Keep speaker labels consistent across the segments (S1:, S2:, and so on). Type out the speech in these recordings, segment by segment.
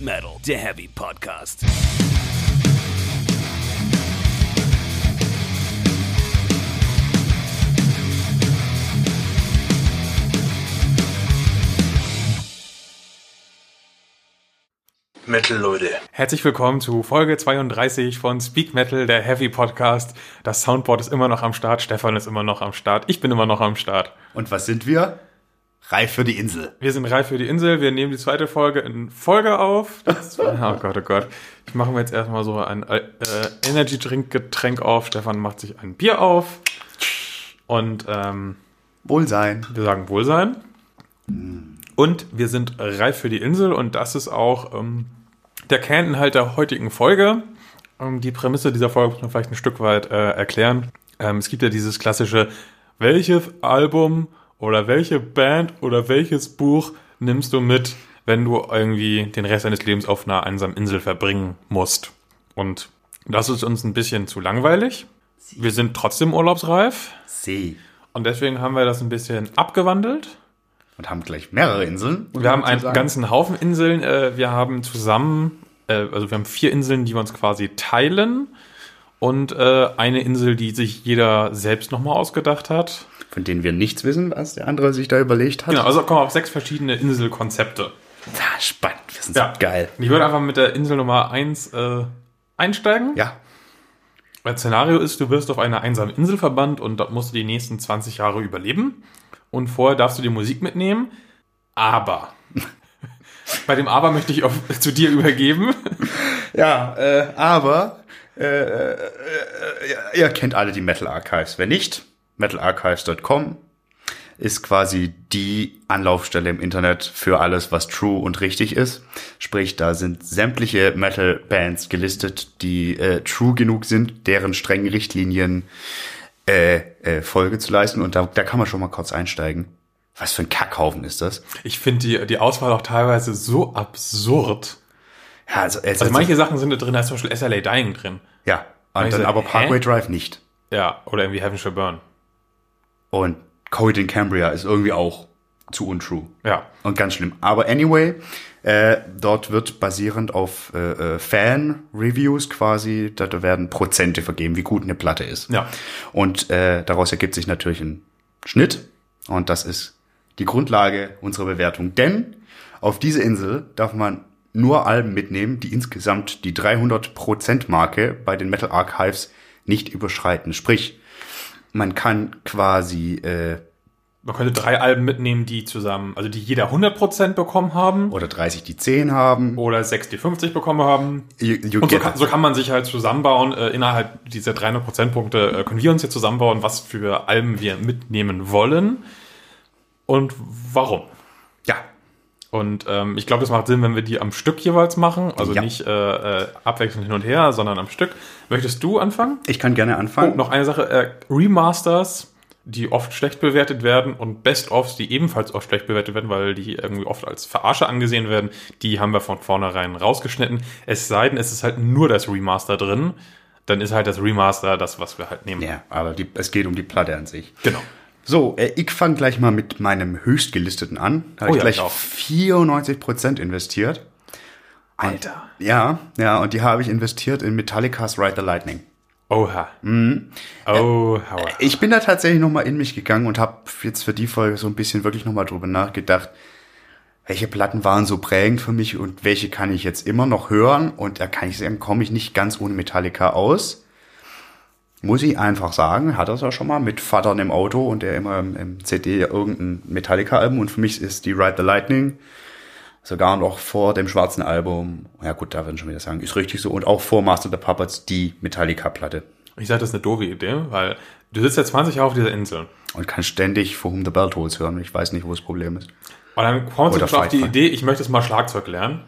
S1: Metal, der Heavy Podcast.
S2: Metal, Leute.
S3: Herzlich willkommen zu Folge 32 von Speak Metal, der Heavy Podcast. Das Soundboard ist immer noch am Start, Stefan ist immer noch am Start, ich bin immer noch am Start.
S4: Und was sind wir? Reif für die Insel.
S3: Wir sind reif für die Insel, wir nehmen die zweite Folge in Folge auf. Das, oh Gott, oh Gott. Ich mache mir jetzt erstmal so ein äh, Energy Drink Getränk auf, Stefan macht sich ein Bier auf und ähm,
S4: Wohlsein.
S3: wir sagen Wohlsein. Und wir sind reif für die Insel und das ist auch ähm, der Kerninhalt der heutigen Folge. Ähm, die Prämisse dieser Folge muss man vielleicht ein Stück weit äh, erklären. Ähm, es gibt ja dieses klassische, welches Album oder welche Band oder welches Buch nimmst du mit, wenn du irgendwie den Rest deines Lebens auf einer einsamen Insel verbringen musst. Und das ist uns ein bisschen zu langweilig. Wir sind trotzdem urlaubsreif
S4: See.
S3: und deswegen haben wir das ein bisschen abgewandelt.
S4: Und haben gleich mehrere Inseln.
S3: Wir haben einen ganzen Haufen Inseln. Äh, wir haben zusammen, äh, also wir haben vier Inseln, die wir uns quasi teilen. Und äh, eine Insel, die sich jeder selbst nochmal ausgedacht hat.
S4: Von denen wir nichts wissen, was der andere sich da überlegt hat.
S3: Genau, also kommen wir auf sechs verschiedene Inselkonzepte.
S4: Ah, spannend. Wir sind so geil.
S3: Und ich würde einfach mit der Insel Nummer eins äh, einsteigen.
S4: Ja.
S3: Das Szenario ist, du wirst auf einer einsamen Insel verbannt und dort musst du die nächsten 20 Jahre überleben. Und vorher darfst du die Musik mitnehmen. Aber. Bei dem Aber möchte ich auf, zu dir übergeben.
S4: Ja, äh, aber äh, äh, äh, ihr kennt alle die Metal Archives. Wenn nicht, metalarchives.com ist quasi die Anlaufstelle im Internet für alles, was true und richtig ist. Sprich, da sind sämtliche Metal-Bands gelistet, die äh, true genug sind, deren strengen Richtlinien äh, äh, Folge zu leisten. Und da, da kann man schon mal kurz einsteigen. Was für ein Kackhaufen ist das?
S3: Ich finde die, die Auswahl auch teilweise so absurd.
S4: Ja, also, also,
S3: Also manche Sachen sind da drin, da ist zum Beispiel SLA Dying drin.
S4: ja. Und
S3: manche-
S4: dann aber
S3: Hä?
S4: Parkway Drive nicht.
S3: Ja, oder irgendwie Heaven Shall Burn.
S4: Und Coed in Cambria ist irgendwie auch zu untrue.
S3: Ja.
S4: Und ganz schlimm. Aber anyway, äh, dort wird basierend auf äh, äh, Fan-Reviews quasi, da werden Prozente vergeben, wie gut eine Platte ist.
S3: Ja.
S4: Und äh, daraus ergibt sich natürlich ein Schnitt. Und das ist die Grundlage unserer Bewertung. Denn auf diese Insel darf man nur Alben mitnehmen, die insgesamt die 300%-Marke bei den Metal Archives nicht überschreiten. Sprich, man kann quasi äh,
S3: Man könnte drei Alben mitnehmen, die zusammen, also die jeder 100% bekommen haben
S4: oder 30 die 10 haben.
S3: oder 6 die 50 bekommen haben.
S4: You, you
S3: Und so
S4: get
S3: kann,
S4: it.
S3: so kann man sich halt zusammenbauen, äh, innerhalb dieser 300 Punkte äh, können wir uns hier zusammenbauen, was für Alben wir mitnehmen wollen und warum.
S4: ja,
S3: Und ähm, ich glaube, das macht Sinn, wenn wir die am Stück jeweils machen. Also
S4: Ja.
S3: nicht äh, äh, abwechselnd hin und her, sondern am Stück. Möchtest du anfangen?
S4: ich kann gerne anfangen.
S3: Oh, noch eine Sache. Äh, Remasters, die oft schlecht bewertet werden und Best-ofs, die ebenfalls oft schlecht bewertet werden, weil die irgendwie oft als Verarsche angesehen werden, die haben wir von vornherein rausgeschnitten. Es sei denn, es ist halt nur das Remaster drin. Dann ist halt das Remaster das, was wir halt nehmen.
S4: Ja, aber die, es geht um die Platte an sich.
S3: Genau.
S4: So, äh, ich fange gleich mal mit meinem höchstgelisteten an. Da habe
S3: Oh
S4: ich
S3: ja,
S4: gleich
S3: ich auch.
S4: 94% investiert.
S3: Alter.
S4: Ja, ja, und die habe ich investiert in Metallica's Ride the Lightning.
S3: Oha.
S4: Mhm.
S3: Oha.
S4: Ich bin da tatsächlich nochmal in mich gegangen und habe jetzt für die Folge so ein bisschen wirklich nochmal drüber nachgedacht, welche Platten waren so prägend für mich und welche kann ich jetzt immer noch hören. Und da kann ich sagen, komme ich nicht ganz ohne Metallica aus. Muss ich einfach sagen, hat das ja schon mal mit Vatern im Auto und der immer im, im CD irgendein Metallica-Album. Und für mich ist die Ride the Lightning sogar noch vor dem schwarzen Album, ja gut, da würden schon wieder sagen, ist richtig so. Und auch vor Master of the Puppets die Metallica-Platte.
S3: Ich sage, das ist eine doofe Idee, weil du sitzt ja 20 Jahre auf dieser Insel.
S4: und kann ständig For Whom the Bell Tolls hören. Ich weiß nicht, wo das Problem ist.
S3: Und dann kommt zum
S4: Oder
S3: Beispiel auf die
S4: Fight Fang.
S3: Idee, ich möchte jetzt mal Schlagzeug lernen.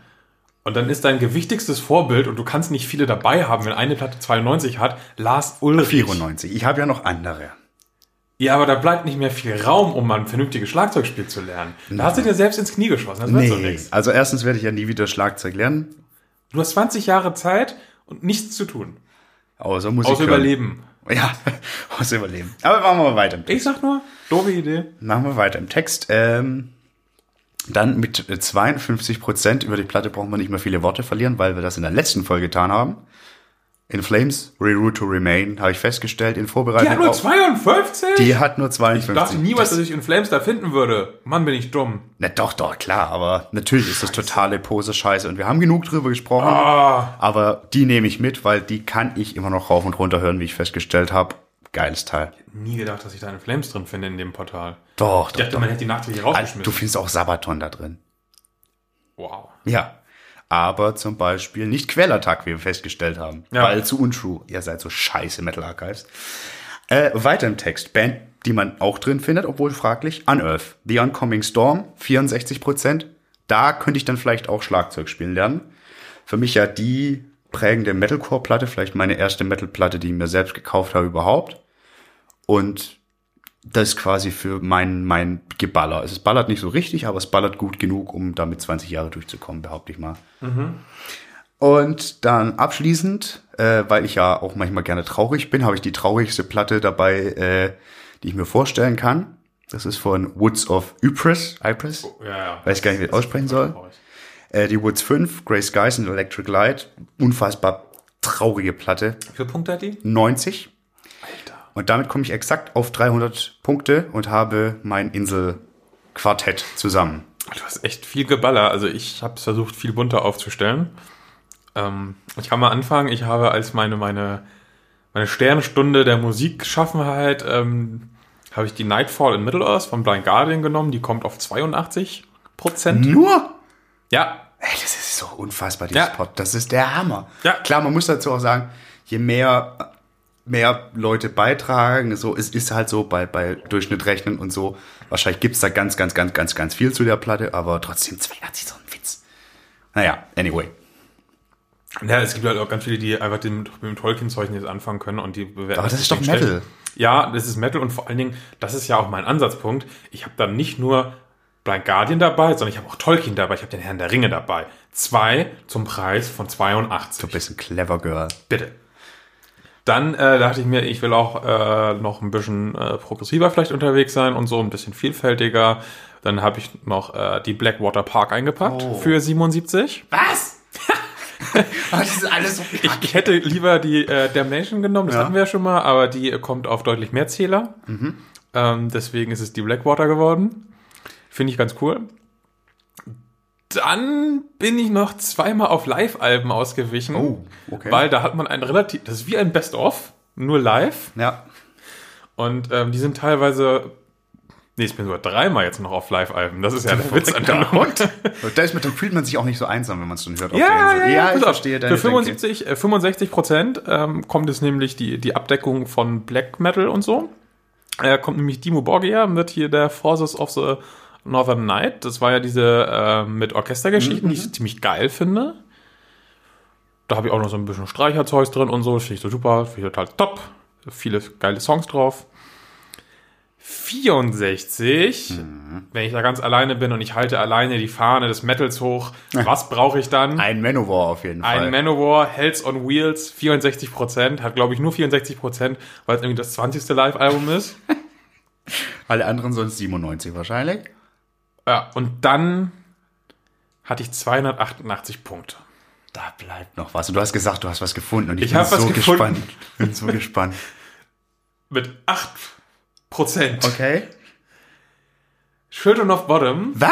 S3: Und dann ist dein gewichtigstes Vorbild, und du kannst nicht viele dabei haben, wenn eine Platte 92 hat, Lars Ulrich.
S4: 94. Ich habe ja noch andere.
S3: Ja, aber da bleibt nicht mehr viel Raum, um mal ein vernünftiges Schlagzeugspiel zu lernen. Da hast du dir selbst ins Knie geschossen. Das wird so nichts.
S4: Also erstens werde ich ja nie wieder Schlagzeug lernen,
S3: Du hast 20 Jahre Zeit und nichts zu tun.
S4: außer Musik
S3: Außer überleben.
S4: Hören. Ja, außer Überleben. Aber machen wir mal weiter.
S3: Ich sag nur, doofe Idee.
S4: Machen wir weiter im Text. Ähm, Dann mit 52 Prozent über die Platte brauchen wir nicht mehr viele Worte verlieren, weil wir das in der letzten Folge getan haben. In Flames, Reroute to Remain, habe ich festgestellt, in
S3: Die hat
S4: Vorbereitung.
S3: nur
S4: auf-
S3: 52?
S4: die hat nur 52.
S3: ich dachte niemals,
S4: Das-
S3: dass ich in Flames da finden würde. Mann, bin ich dumm.
S4: Na doch, doch, klar, aber natürlich ist das totale Pose-Scheiße und wir haben genug drüber gesprochen.
S3: Ah,
S4: Aber die nehme ich mit, weil die kann ich immer noch rauf und runter hören, wie ich festgestellt habe. Geiles Teil.
S3: nie gedacht, dass ich da in Flames drin finde in dem Portal.
S4: Doch,
S3: Ich
S4: doch. Ah,
S3: dachte, man hätte die nachträglich
S4: Du
S3: rausgeschmissen.
S4: findest auch Sabaton da drin.
S3: Wow.
S4: Ja. Aber zum Beispiel nicht Quellattack, wie wir festgestellt haben.
S3: Ja.
S4: Weil zu untrue. Ihr seid so scheiße Metal Archives. Äh, weiter im Text. Band, die man auch drin findet, obwohl fraglich. Unearth. The Oncoming Storm, 64%. Da könnte ich dann vielleicht auch Schlagzeug spielen lernen. Für mich ja die prägende Metalcore-Platte, vielleicht meine erste Metal-Platte, die ich mir selbst gekauft habe überhaupt. Und das ist quasi für mein, mein Geballer. Also Es ballert nicht so richtig, aber es ballert gut genug, um damit 20 Jahre durchzukommen, behaupte ich mal. Und dann abschließend, äh, weil ich ja auch manchmal gerne traurig bin, habe ich die traurigste Platte dabei, äh, die ich mir vorstellen kann. Das ist von Woods of Ypres. Ypres?
S3: Ja, ja.
S4: Weiß gar nicht, wie ich aussprechen soll.
S3: Traurig.
S4: Äh, die Woods 5, Grey Skies and Electric Light. Unfassbar traurige Platte.
S3: Wie viele Punkte hat die?
S4: 90. Und damit komme ich exakt auf 300 Punkte und habe mein Inselquartett zusammen.
S3: Du hast echt viel Geballer. Also ich habe es versucht, viel bunter aufzustellen. Ähm, ich kann mal anfangen. Ich habe als meine, meine, meine Sternstunde der Musikgeschaffenheit, ähm, habe ich die Nightfall in Middle-earth von Blind Guardian genommen. Die kommt auf 82 Prozent.
S4: Nur?
S3: Ja,
S4: Ey, das ist so unfassbar, dieses
S3: Ja.
S4: Pod. Das ist der Hammer.
S3: Ja.
S4: Klar, man muss dazu auch sagen, je mehr, mehr Leute beitragen, so, es ist halt so bei, bei Durchschnitt rechnen und so. Wahrscheinlich gibt's da ganz, ganz, ganz, ganz, ganz viel zu der Platte, aber trotzdem 82 so ein Witz. Naja, anyway.
S3: Ja, es gibt halt auch ganz viele, die einfach dem, mit dem Tolkien-Zeug jetzt anfangen können und die bewerten.
S4: Aber das ist doch
S3: deswegen
S4: Metal.
S3: schlecht. Ja, das ist Metal und vor allen Dingen, das ist ja auch mein Ansatzpunkt. Ich habe dann nicht nur Blind Guardian dabei, sondern ich habe auch Tolkien dabei, ich habe den Herrn der Ringe dabei. Zwei zum Preis von 82.
S4: Du bist ein clever Girl.
S3: Bitte. Dann äh, dachte ich mir, ich will auch äh, noch ein bisschen äh, progressiver vielleicht unterwegs sein und so ein bisschen vielfältiger. Dann habe ich noch äh, die Blackwater Park eingepackt
S4: Oh.
S3: für 77.
S4: Was? aber das ist alles so viel.
S3: Ich hätte lieber die äh, Damnation genommen, das
S4: Ja. Mhm.
S3: hatten wir ja schon mal, aber die kommt auf deutlich mehr Zähler. Ähm, deswegen ist es die Blackwater geworden. Finde ich ganz cool. Dann bin ich noch zweimal auf Live-Alben ausgewichen,
S4: Oh, okay.
S3: weil da hat man ein relativ, das ist wie ein Best-of, nur live.
S4: Ja.
S3: Und ähm, die sind teilweise, nee, ich bin sogar dreimal jetzt noch auf Live-Alben. Das ist ja der Witz an der Not.
S4: Deswegen dann fühlt man sich auch nicht so einsam, wenn man es dann hört. auf der
S3: Ja,
S4: Insel.
S3: ja, ja,
S4: ich
S3: pass auf.
S4: verstehe deine
S3: Für
S4: Denke.
S3: 75, äh, 65 Prozent ähm, kommt es nämlich die, die Abdeckung von Black Metal und so. Äh, kommt nämlich Dimo Borgia mit hier der Forces of the Northern Night. Das war ja diese äh, mit Orchestergeschichten,
S4: Mhm,
S3: die ich ziemlich geil finde. Da habe ich auch noch so ein bisschen Streicherzeugs drin und so. Das Finde ich so super, finde ich total top. Viele geile Songs drauf. 64,
S4: Mhm.
S3: wenn ich da ganz alleine bin und ich halte alleine die Fahne des Metals hoch, was brauche ich dann?
S4: Ein Manowar auf jeden Fall.
S3: Ein Manowar, Hells on Wheels, 64%, hat glaube ich nur 64%, weil es irgendwie das 20. Live-Album ist.
S4: Alle anderen sonst 97 wahrscheinlich.
S3: ja, und dann hatte ich 288 Punkte.
S4: Da bleibt Halt noch was. Und du hast gesagt, du hast was gefunden. Und ich,
S3: Ich
S4: bin
S3: hab was
S4: so
S3: gefunden.
S4: gespannt. Ich bin so gespannt.
S3: Mit 8%.
S4: Okay.
S3: Children of Bottom,
S4: Was?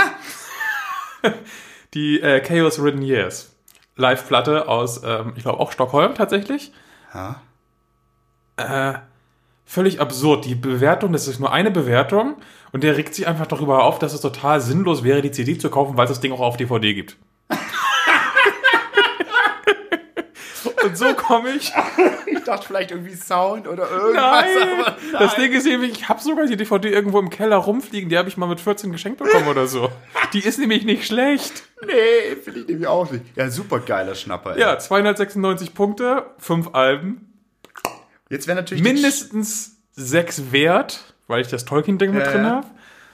S3: die äh, Chaos Ridden Years. Live-Platte aus, ähm, ich glaube auch Stockholm tatsächlich. Äh,
S4: Ja.
S3: Völlig absurd. Die Bewertung, das ist nur eine Bewertung und der regt sich einfach darüber auf, dass es total sinnlos wäre, die CD zu kaufen, weil es das Ding auch auf DVD gibt. und so komme ich
S4: Ich dachte vielleicht irgendwie Sound oder irgendwas.
S3: Nein!
S4: aber
S3: Das Ding ist eben, ich habe sogar die DVD irgendwo im Keller rumfliegen. Die habe ich mal mit 14 geschenkt bekommen oder so. Die ist nämlich nicht schlecht.
S4: Nee, finde ich nämlich auch nicht. Ja, super geiler Schnapper. ey.
S3: Ja, 296 Punkte, fünf Alben,
S4: Jetzt wäre natürlich.
S3: mindestens sechs wert, weil ich das Tolkien-Ding mit
S4: Ja,
S3: drin
S4: ja.
S3: habe.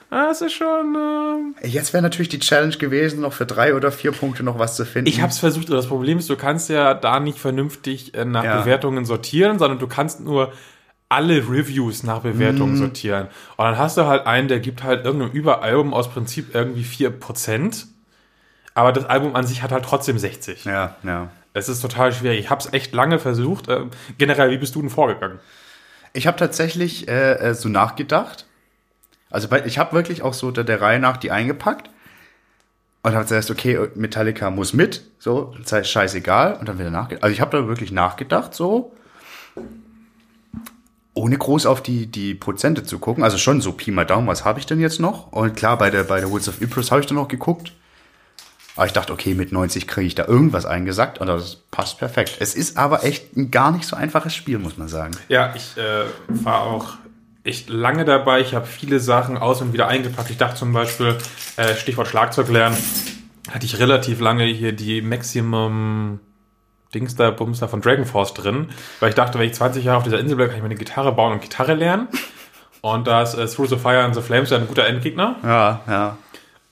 S3: Das ist schon. ähm,
S4: Die, jetzt wäre natürlich die Challenge gewesen, noch für drei oder vier Punkte noch was zu finden.
S3: ich habe es versucht. aber Das Problem ist, du kannst ja da nicht vernünftig äh, nach
S4: Ja.
S3: Bewertungen sortieren, sondern du kannst nur alle Reviews nach Bewertungen sortieren. Und dann hast du halt einen, der gibt halt irgendeinem Überalbum aus Prinzip irgendwie 4%. Aber das Album an sich hat halt trotzdem 60.
S4: Ja, ja.
S3: Es ist total schwierig. Ich habe es echt lange versucht. Ähm, generell, wie bist du denn vorgegangen?
S4: Ich habe tatsächlich äh, äh, so nachgedacht. Also bei- ich habe wirklich auch so der, der Reihe nach die eingepackt und habe zuerst, okay, Metallica muss mit, so, sei scheißegal. Und dann wieder nachgedacht. Also ich habe da wirklich nachgedacht, so. Ohne groß auf die, die Prozente zu gucken. Also schon so Pi mal Daumen, was habe ich denn jetzt noch? Und klar, bei der, bei der Woods of Ypres habe ich dann noch geguckt. Aber ich dachte, okay, mit 90 kriege ich da irgendwas eingesackt und das passt perfekt. Es ist aber echt ein gar nicht so einfaches Spiel, muss man sagen.
S3: Ja, ich äh, war auch echt lange dabei. Ich habe viele Sachen aus und wieder eingepackt. Ich dachte zum Beispiel, äh, Stichwort Schlagzeug lernen, hatte ich relativ lange hier die Maximum Dings da, Bums da von Dragon Force drin, weil ich dachte, wenn ich 20 Jahre auf dieser Insel bleibe, kann ich mir eine Gitarre bauen und Gitarre lernen. Und da ist äh, Through the Fire and the Flames ja ein guter Endgegner.
S4: Ja, ja.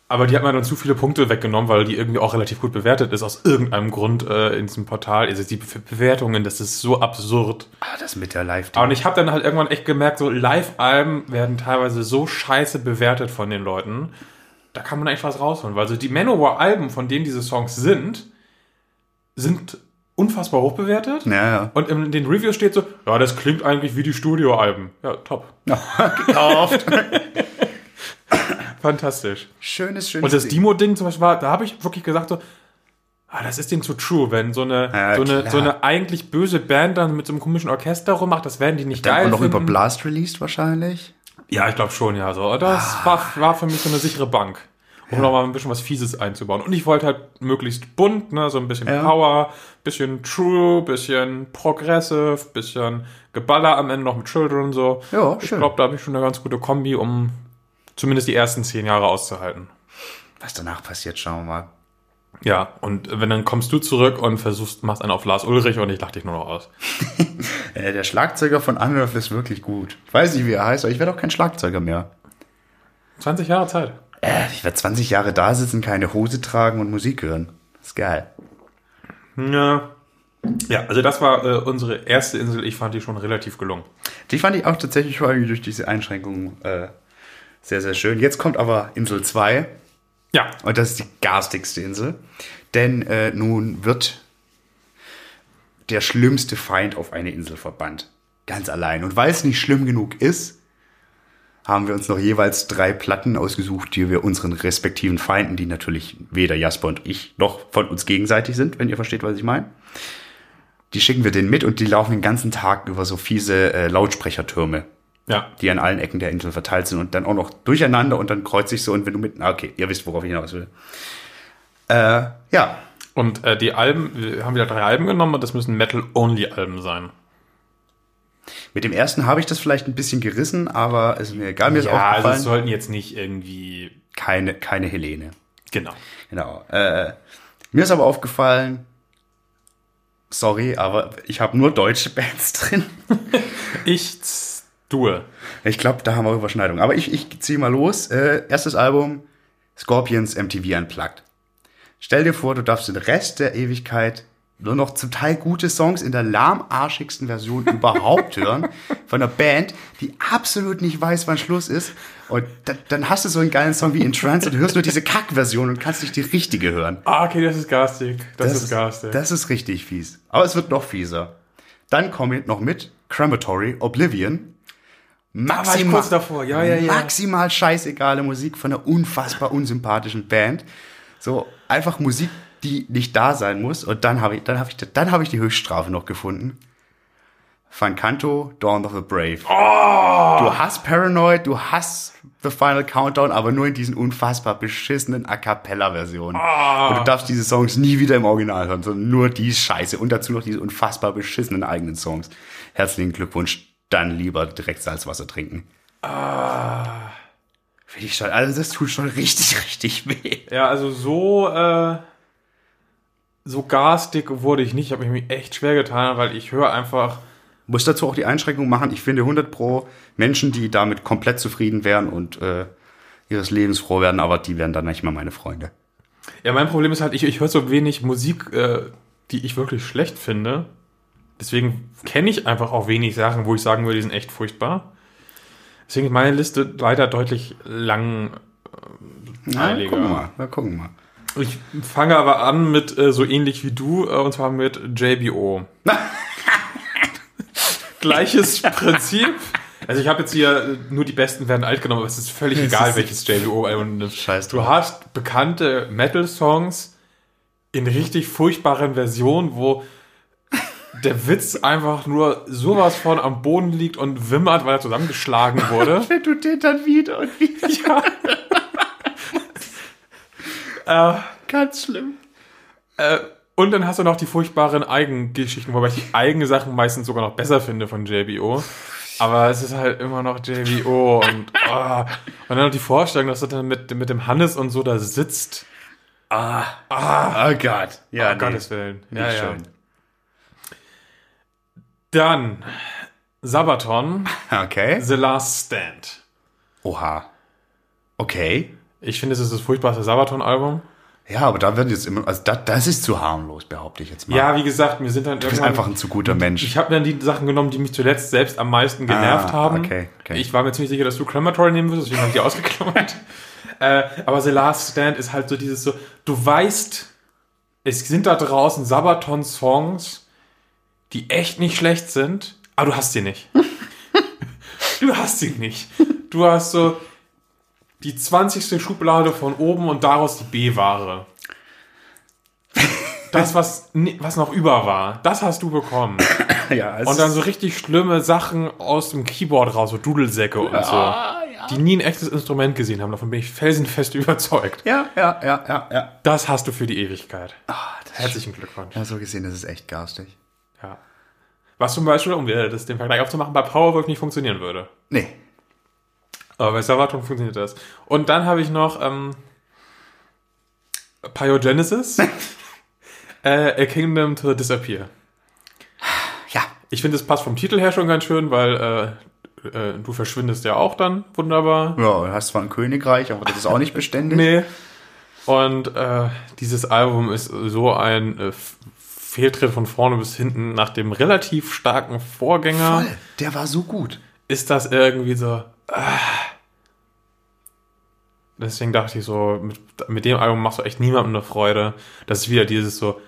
S3: Aber die hat man dann zu viele Punkte weggenommen, weil die irgendwie auch relativ gut bewertet ist, aus irgendeinem Grund äh, in diesem Portal. Also die Be- Bewertungen, das ist so absurd.
S4: Ah, das mit der live
S3: Und ich habe dann halt irgendwann echt gemerkt, so Live-Alben werden teilweise so scheiße bewertet von den Leuten. Da kann man echt was rausholen. Weil so die Manowar-Alben, von denen diese Songs sind, sind unfassbar hoch bewertet.
S4: Ja, ja.
S3: Und in den Reviews steht so, ja, das klingt eigentlich wie die Studioalben. Ja, top.
S4: Gekauft.
S3: Fantastisch.
S4: schönes, schönes.
S3: Und das
S4: Ding.
S3: Demo-Ding zum Beispiel war, da habe ich wirklich gesagt so, ah, das ist denen zu true, wenn so eine,
S4: Ja,
S3: so, eine
S4: klar.
S3: so eine eigentlich böse Band dann mit so einem komischen Orchester rummacht, das werden die nicht
S4: Dann
S3: geil
S4: auch noch über
S3: finden.
S4: Blast released wahrscheinlich.
S3: Ja, ich glaube schon, ja. So, das
S4: Ah.
S3: war, war für mich so eine sichere Bank, um noch nochmal ein bisschen was Fieses einzubauen. Und ich wollte halt möglichst bunt, ne, so ein bisschen
S4: Ja.
S3: Power, bisschen True, bisschen Progressive, bisschen Geballer am Ende noch mit Children und so.
S4: Ja,
S3: ich
S4: schön.
S3: glaube, da habe ich schon eine ganz gute Kombi, um zumindest die ersten zehn Jahre auszuhalten.
S4: Was danach passiert, schauen wir mal.
S3: Ja, und wenn dann kommst du zurück und versuchst, machst einen auf Lars Ulrich und ich lach dich nur noch aus.
S4: Äh, der Schlagzeuger von Unreal ist wirklich gut. Ich weiß nicht, wie er heißt, aber ich werde auch kein Schlagzeuger mehr.
S3: 20 Jahre Zeit.
S4: Äh, ich werde 20 Jahre da sitzen, keine Hose tragen und Musik hören. ist geil.
S3: Ja. Ja, also das war äh, unsere erste Insel. Ich fand die schon relativ gelungen.
S4: Die fand ich auch tatsächlich vor allem durch diese Einschränkungen äh, sehr, sehr schön. Jetzt kommt aber Insel 2.
S3: Ja,
S4: Und das ist die garstigste Insel. Denn äh, nun wird der schlimmste Feind auf eine Insel verbannt. Ganz allein. Und weil es nicht schlimm genug ist, haben wir uns noch jeweils drei Platten ausgesucht, die wir unseren respektiven Feinden, die natürlich weder Jasper und ich noch von uns gegenseitig sind, wenn ihr versteht, was ich meine. Die schicken wir denen mit und die laufen den ganzen Tag über so fiese äh, Lautsprechertürme
S3: ja.
S4: die an allen Ecken der Insel verteilt sind und dann auch noch durcheinander und dann kreuz ich so und wenn du mit, ah, okay, ihr wisst, worauf ich hinaus will. Äh, ja,
S3: Und äh, die Alben, wir haben wieder drei Alben genommen und das müssen Metal-Only-Alben sein.
S4: mit dem ersten habe ich das vielleicht ein bisschen gerissen, aber ist mir egal, mir ist
S3: ja, also
S4: aufgefallen.
S3: es sollten jetzt nicht irgendwie.
S4: keine, keine Helene.
S3: Genau.
S4: Genau. Äh, mir ist aber aufgefallen, sorry, aber ich habe nur deutsche Bands drin.
S3: Ich z- tue.
S4: Ich glaube, da haben wir Überschneidungen. Aber ich, ich ziehe mal los. Äh, erstes Album, Scorpions MTV Unplugged. Stell dir vor, du darfst den Rest der Ewigkeit nur noch zum Teil gute Songs in der lahmarschigsten Version überhaupt hören. Von einer Band, die absolut nicht weiß, wann Schluss ist. Und dann, dann hast du so einen geilen Song wie In Trance und hörst nur diese Kack-Version und kannst nicht die richtige hören.
S3: Ah, okay, das ist garstig. Das, ist garstig.
S4: Das ist richtig fies. Aber es wird noch fieser. Dann komme ich noch mit Crematory Oblivion.
S3: war ich kurz davor. Ja, ja, ja.
S4: Maximal scheißegale Musik von einer unfassbar unsympathischen Band. So einfach Musik, die nicht da sein muss. Und dann habe ich, dann habe ich, dann habe ich die Höchststrafe noch gefunden. Van Canto, Dawn of the Brave.
S3: Oh!
S4: Du hast Paranoid, du hast The Final Countdown, aber nur in diesen unfassbar beschissenen A Cappella-Versionen.
S3: Oh!
S4: Und du darfst diese Songs nie wieder im Original hören, sondern nur die Scheiße. Und dazu noch diese unfassbar beschissenen eigenen Songs. Herzlichen Glückwunsch, dann lieber direkt Salzwasser trinken. Ah. Finde ich schon, also das tut schon richtig, richtig weh.
S3: ja, also so. Äh, so garstig wurde ich nicht. Ich habe mich echt schwer getan, weil ich höre einfach.
S4: Muss dazu auch die Einschränkung machen, ich finde 100 pro Menschen, die damit komplett zufrieden wären und äh, ihres Lebens froh werden, aber die wären dann nicht mal meine Freunde.
S3: Ja, mein Problem ist halt, ich, ich höre so wenig Musik, äh, die ich wirklich schlecht finde. Deswegen kenne ich einfach auch wenig Sachen, wo ich sagen würde, die sind echt furchtbar. Deswegen ist meine Liste leider deutlich lang.
S4: Na,
S3: Heiliger.
S4: gucken wir mal. Na, gucken wir mal.
S3: Ich fange aber an mit äh, so ähnlich wie du, äh, und zwar mit JBO. Gleiches Prinzip. Also ich habe jetzt hier äh, nur die Besten werden alt genommen, aber es ist völlig egal,
S4: ist-
S3: welches JBO-Album du nimmst.
S4: Scheiß
S3: Du
S4: drauf.
S3: hast bekannte Metal-Songs in richtig furchtbaren Versionen, wo der Witz einfach nur sowas von am Boden liegt und wimmert, weil er zusammengeschlagen wurde.
S4: Wenn du den dann wieder und wieder.
S3: äh,
S4: Ganz schlimm.
S3: Äh, und dann hast du noch die furchtbaren Eigengeschichten, wobei ich die eigenen Sachen meistens sogar noch besser finde von JBO. Aber es ist halt immer noch JBO und, oh. und dann noch die Vorstellung, dass du dann mit, mit dem Hannes und so da sitzt.
S4: Oh Gott. Ja,
S3: um
S4: nee.
S3: Gottes Willen.
S4: Nicht schön.
S3: Dann Sabaton,
S4: Okay.
S3: The Last Stand.
S4: Oha. Okay.
S3: Ich finde, es ist das furchtbarste Sabaton-Album.
S4: Ja, aber da werden jetzt immer, also das, das ist zu harmlos, behaupte ich jetzt mal.
S3: Ja, wie gesagt, mir sind dann
S4: du bist
S3: irgendwann-
S4: einfach ein zu guter Mensch.
S3: Ich habe dann die Sachen genommen, die mich zuletzt selbst am meisten genervt
S4: Ah,
S3: haben.
S4: okay, okay.
S3: Ich war mir ziemlich sicher, dass du Crematory nehmen würdest, deswegen habe ich die ausgeklammert. äh, aber The Last Stand ist halt so dieses so, du weißt, es sind da draußen Sabaton-Songs, die echt nicht schlecht sind, aber du hast sie nicht. du hast sie nicht. Du hast so die 20. Schublade von oben und daraus die B-Ware. Das, was, ni- was noch über war, das hast du bekommen.
S4: ja, es
S3: Und dann so richtig schlimme Sachen aus dem Keyboard raus, so Dudelsäcke und so. Die nie ein echtes Instrument gesehen haben. Davon bin ich felsenfest überzeugt.
S4: ja, ja, ja, ja, ja.
S3: Das hast du für die Ewigkeit. Herzlichen Glückwunsch.
S4: Ja, so gesehen, das ist echt garstig.
S3: Ja. Was zum Beispiel, um wieder das den Vergleich aufzumachen, bei Powerwolf nicht funktionieren würde.
S4: Nee.
S3: Aber bei Sabaton funktioniert das. Und dann habe ich noch ähm, Pyogenesis. äh, A Kingdom to Disappear.
S4: Ja.
S3: Ich finde, es passt vom Titel her schon ganz schön, weil äh, äh, du verschwindest ja auch dann wunderbar.
S4: Ja, du hast zwar ein Königreich, aber das ist auch nicht beständig.
S3: Nee. Und äh, dieses Album ist so ein äh, F- Fehltritt von vorne bis hinten nach dem relativ starken Vorgänger.
S4: Voll. Der war so gut.
S3: Ist das irgendwie so. Ah. Deswegen dachte ich so, mit, mit dem Album machst du echt niemandem eine Freude. Das ist wieder dieses so.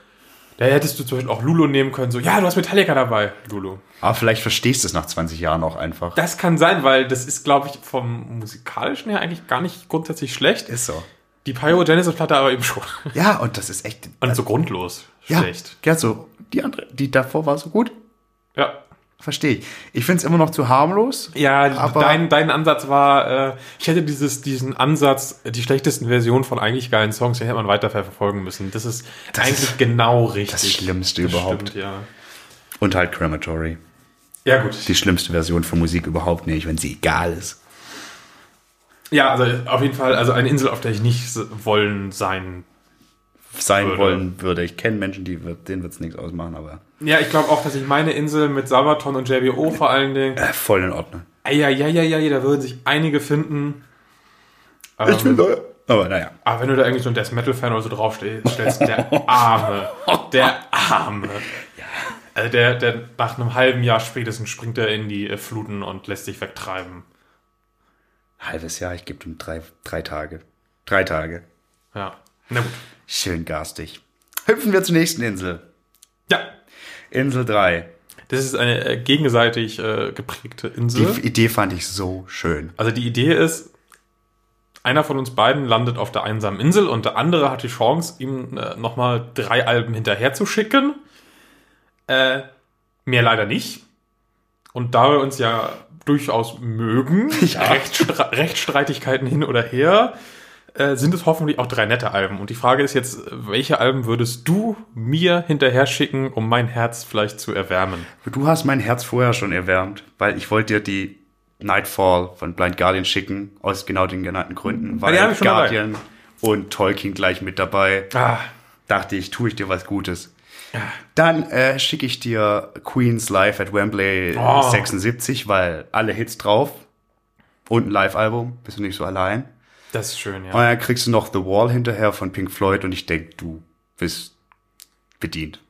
S3: Da hättest du zum Beispiel auch Lulu nehmen können, so, ja, du hast Metallica dabei, Lulu.
S4: Aber vielleicht verstehst du es nach 20 Jahren auch einfach.
S3: Das kann sein, weil das ist, glaube ich, vom musikalischen her eigentlich gar nicht grundsätzlich schlecht.
S4: ist so.
S3: Die Pyrogenesis-Platte aber eben schon.
S4: Ja, und das ist echt
S3: Und so grundlos
S4: ja,
S3: schlecht.
S4: Ja, so die andere, die davor war so gut.
S3: Ja.
S4: Verstehe ich. Ich finde es immer noch zu harmlos.
S3: Ja,
S4: Aber-
S3: dein, dein Ansatz war, äh, ich hätte dieses, diesen Ansatz, die schlechtesten Versionen von eigentlich geilen Songs, den hätte man weiter verfolgen müssen. Das ist eigentlich
S4: ist
S3: genau richtig.
S4: das Schlimmste überhaupt.
S3: Stimmt, ja.
S4: Und halt Crematory.
S3: ja, gut.
S4: Die schlimmste Version von Musik überhaupt nicht, wenn sie egal ist.
S3: Ja, also auf jeden Fall, also eine Insel, auf der ich nicht s- wollen sein.
S4: Sein
S3: Würde.
S4: wollen würde. Ich kenne Menschen, die wird, denen wird es nichts ausmachen, aber
S3: Ja, ich glaube auch, dass ich meine Insel mit Sabaton und JBO vor allen Dingen.
S4: äh, voll in Ordnung.
S3: Ja, ja, ja, ja, da würden sich einige finden.
S4: Ich will da. Aber naja.
S3: Aber wenn du da irgendwie so ein Death Metal Fan oder so draufstellst, der Arme, der Arme. Also der, der nach einem halben Jahr spätestens springt er in die äh, Fluten und lässt sich wegtreiben.
S4: Halbes Jahr, ich gebe ihm drei, drei Tage. Drei Tage.
S3: Ja. Na gut.
S4: Schön garstig. Hüpfen wir zur nächsten Insel.
S3: Ja.
S4: Insel 3.
S3: Das ist eine äh, gegenseitig äh, geprägte
S4: Die
S3: Insel.
S4: Idee fand ich so schön.
S3: Also die Idee ist, einer von uns beiden landet auf der einsamen Insel und der andere hat die Chance, ihm äh, nochmal drei Alben hinterher zu schicken. Äh, mehr leider nicht. Und da wir uns ja durchaus mögen, Rechtsstr Rechtsstreitigkeiten hin oder her, äh, sind es hoffentlich auch drei nette Alben. Und die Frage ist jetzt, welche Alben würdest du mir hinterher schicken, um mein Herz vielleicht zu erwärmen?
S4: Du hast mein Herz vorher schon erwärmt, weil ich wollte dir die Nightfall von Blind Guardian schicken, aus genau den genannten Gründen, weil
S3: Hm. die habe ich schon
S4: Guardian und Tolkien gleich mit dabei.
S3: Ah,
S4: Dachte ich, tue ich dir was Gutes. Dann äh, schicke ich dir Queen's Live at Wembley
S3: Oh.
S4: 76, weil alle Hits drauf und ein Live-Album, bist du nicht so allein.
S3: das ist schön,
S4: Und
S3: ja.
S4: dann kriegst du noch The Wall hinterher von Pink Floyd und ich denke, du bist bedient.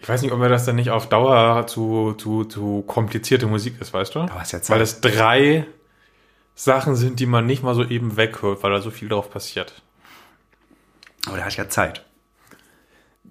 S3: Ich weiß nicht, ob mir das dann nicht auf Dauer zu, zu, zu komplizierte Musik ist, weißt du?
S4: Aber ist ja Zeit.
S3: Weil es drei Sachen sind, die man nicht mal so eben weghört, weil da so viel drauf passiert.
S4: Aber da hast du ja Zeit.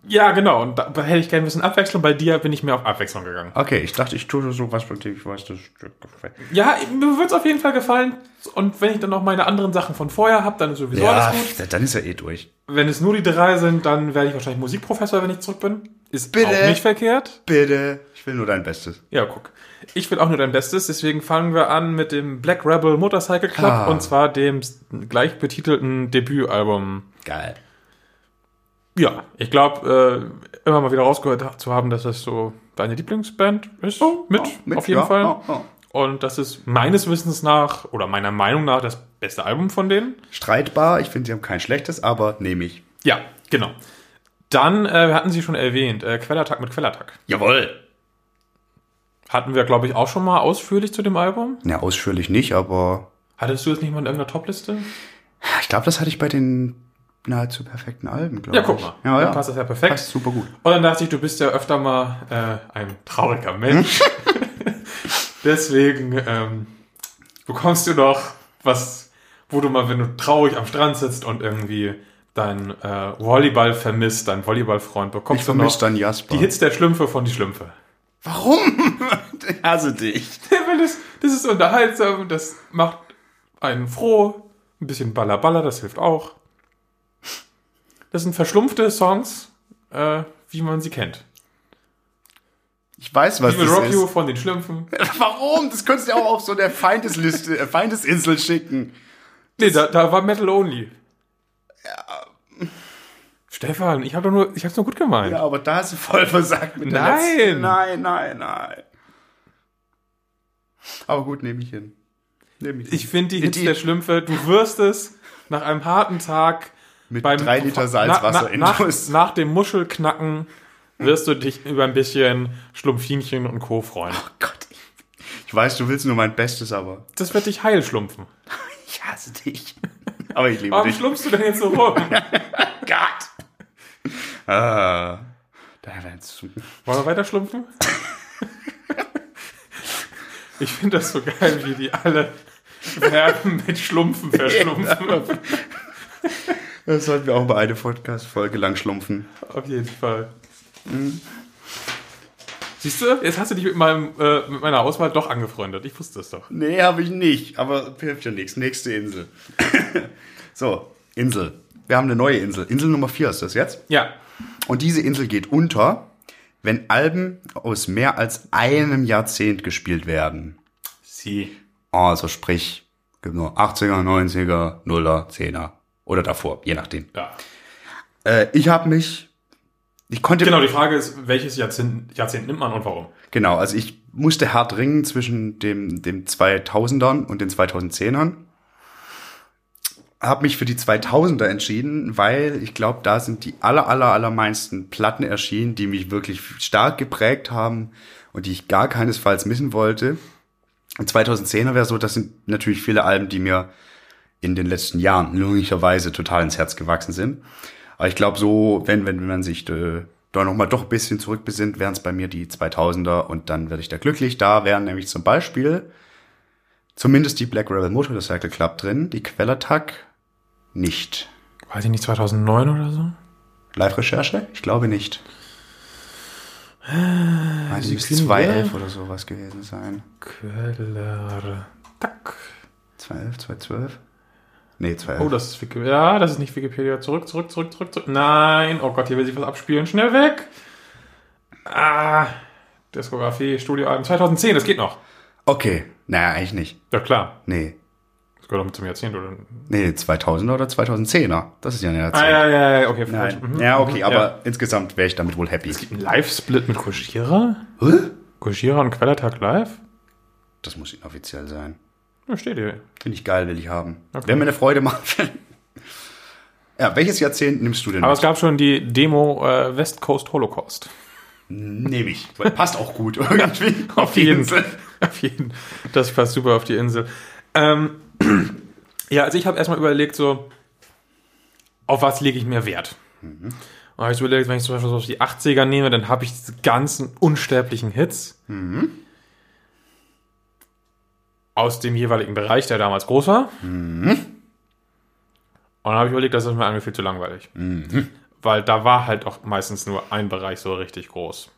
S3: Ja, genau. Und da hätte ich gerne ein bisschen Abwechslung. Bei dir bin ich mehr auf Abwechslung gegangen.
S4: Okay, ich dachte, ich tue so was, von dem ich weiß, das Stück gefällt.
S3: Ja, mir wird es auf jeden Fall gefallen. Und wenn ich dann noch meine anderen Sachen von vorher habe, dann ist sowieso
S4: Ja,
S3: alles gut.
S4: dann ist er eh durch.
S3: Wenn es nur die drei sind, dann werde ich wahrscheinlich Musikprofessor, wenn ich zurück bin. Ist
S4: Bitte?
S3: auch nicht verkehrt.
S4: Bitte. Ich will nur dein Bestes.
S3: Ja, guck. Ich will auch nur dein Bestes, deswegen fangen wir an mit dem Black Rebel Motorcycle Club
S4: Ah.
S3: und zwar dem s- gleich betitelten Debütalbum.
S4: Geil.
S3: Ja, ich glaube, äh, immer mal wieder rausgehört ha- zu haben, dass das so deine Lieblingsband ist. mit,
S4: Oh, mit,
S3: auf jeden
S4: ja, oh,
S3: Fall.
S4: ja, ja.
S3: Und das ist meines Wissens nach oder meiner Meinung nach das beste Album von denen.
S4: Streitbar. Ich finde, sie haben kein schlechtes, aber nehme ich.
S3: Ja, genau. Dann äh, wir hatten sie schon erwähnt, äh, Quellattack mit Quellattack.
S4: Jawohl.
S3: Hatten wir, glaube ich, auch schon mal ausführlich zu dem Album.
S4: Ja, ausführlich nicht, aber
S3: Hattest du es nicht mal in irgendeiner Topliste?
S4: ich glaube, das hatte ich bei den nahezu perfekten Alben, glaube
S3: Ja,
S4: ich.
S3: guck mal.
S4: Ja,
S3: Dann
S4: ja.
S3: passt das ja perfekt.
S4: Passt super gut.
S3: Und dann dachte ich, du bist ja öfter mal äh, ein trauriger Mensch. Deswegen ähm, bekommst du doch was, wo du mal, wenn du traurig am Strand sitzt und irgendwie deinen äh, Volleyball vermisst, deinen Volleyballfreund,
S4: Ich
S3: bekommst du noch
S4: vermisse dann Jasper.
S3: die Hits der Schlümpfe von die Schlümpfe.
S4: Warum? ich hasse dich.
S3: Weil das, das ist unterhaltsam, das macht einen froh. Ein bisschen Ballerballer, das hilft auch. Das sind verschlumpfte Songs, äh, wie man sie kennt.
S4: Ich weiß, was
S3: Ich will
S4: das
S3: Rock You
S4: ist.
S3: von den Schlümpfen.
S4: Warum? Das könntest du ja auch auf so der Feindesliste, äh, Feindesinsel schicken.
S3: Nee, da, da war Metal Only. Stefan, ich habe doch nur, ich hab's nur gut gemeint.
S4: Ja, aber da hast du voll versagt mit der
S3: Nein.
S4: letzten. Nein, nein, nein. Aber gut, nehme ich hin. Nehme ich, hin.
S3: Ich finde die Hits
S4: Die-
S3: der Schlümpfe, du wirst es nach einem harten Tag
S4: mit
S3: beim
S4: drei Liter Salzwasser in
S3: na, na, nach,
S4: Nuss.
S3: nach dem Muschelknacken wirst du dich über ein bisschen Schlumpfinchen und Co. freuen.
S4: Oh Gott. Ich weiß, du willst nur mein Bestes, aber
S3: Das wird dich heil schlumpfen.
S4: ich hasse dich. Aber ich liebe
S3: Warum
S4: dich.
S3: schlumpfst du denn jetzt so rum?
S4: Gott. Ah. Da wär's.
S3: Wollen wir weiter schlumpfen? Ich finde das so geil, wie die alle Verben mit Schlumpfen verschlumpfen.
S4: Das sollten wir auch bei einer Podcast-Folge lang schlumpfen.
S3: Auf jeden Fall. Siehst du, jetzt hast du dich mit, meinem, äh, mit meiner Auswahl doch angefreundet. Ich wusste es doch.
S4: Nee, habe ich nicht. Aber hilft ja nichts. Nächste Insel. so, Insel. Wir haben eine neue Insel. Insel Nummer 4 ist das jetzt.
S3: Ja,
S4: Und diese Insel geht unter, wenn Alben aus mehr als einem Jahrzehnt gespielt werden.
S3: sie.
S4: Also sprich, gibt nur 80er, 90er, 0er, 10er oder davor, je nachdem.
S3: Ja.
S4: Äh, ich habe mich, ich konnte
S3: Genau, die Frage ist, welches Jahrzehnt, Jahrzehnt nimmt man und warum?
S4: Genau, also ich musste hart ringen zwischen dem, dem 2000ern und den 2010ern. Habe mich für die 2000er entschieden, weil ich glaube, da sind die aller, aller, allermeisten Platten erschienen, die mich wirklich stark geprägt haben und die ich gar keinesfalls missen wollte. Und 2010er wäre so, das sind natürlich viele Alben, die mir in den letzten Jahren logischerweise total ins Herz gewachsen sind. Aber ich glaube, so, wenn, wenn man sich äh, da nochmal doch ein bisschen zurückbesinnt, wären es bei mir die 2000er und dann werde ich da glücklich. Da wären nämlich zum Beispiel zumindest die Black Rebel Motorcycle Club drin, die Quellertag nicht.
S3: Weiß ich nicht, 2009 oder so?
S4: Live-Recherche? Ich glaube nicht. Also müsste
S3: Sekunde.
S4: 211 oder sowas gewesen sein.
S3: Queller. Tack.
S4: 211, 212? Nee, 211.
S3: Oh, das ist Wikipedia. Ja, das ist nicht Wikipedia. Zurück, zurück, zurück, zurück, zurück. Nein. Oh Gott, hier will sich was abspielen. Schnell weg. Ah. Diskografie, Studioalbum 2010, das geht noch.
S4: Okay, naja, eigentlich nicht.
S3: Ja, klar.
S4: Nee.
S3: Das gehört doch mit zum Jahrzehnt, oder?
S4: Nee, 2000er oder 2010er. Das ist ja eine
S3: Ah, ja, ja, ja, okay.
S4: Nein.
S3: falsch. Mhm.
S4: Ja, okay,
S3: Mhm,
S4: aber
S3: ja.
S4: insgesamt wäre ich damit wohl happy.
S3: Ein Live-Split mit Kojira?
S4: Hä?
S3: Kojira und Quellertag live?
S4: Das muss inoffiziell sein.
S3: Da steht hier.
S4: Finde ich geil, will ich haben.
S3: Okay.
S4: Wäre mir eine Freude machen. ja, welches Jahrzehnt nimmst du denn?
S3: Aber
S4: mit?
S3: es gab schon die Demo äh, West Coast Holocaust.
S4: Nehme ich. Weil Passt auch gut irgendwie.
S3: Auf jeden Fall. Auf jeden. Das passt super auf die Insel. Ähm, ja, also ich habe erstmal überlegt, so, auf was lege ich mehr Wert? Aber ich überlege, wenn ich zum Beispiel so die 80er nehme, dann habe ich diese ganzen unsterblichen Hits aus dem jeweiligen Bereich, der damals groß war. Und dann habe ich überlegt, das ist mir irgendwie viel zu langweilig. Weil da war halt auch meistens nur ein Bereich so richtig groß.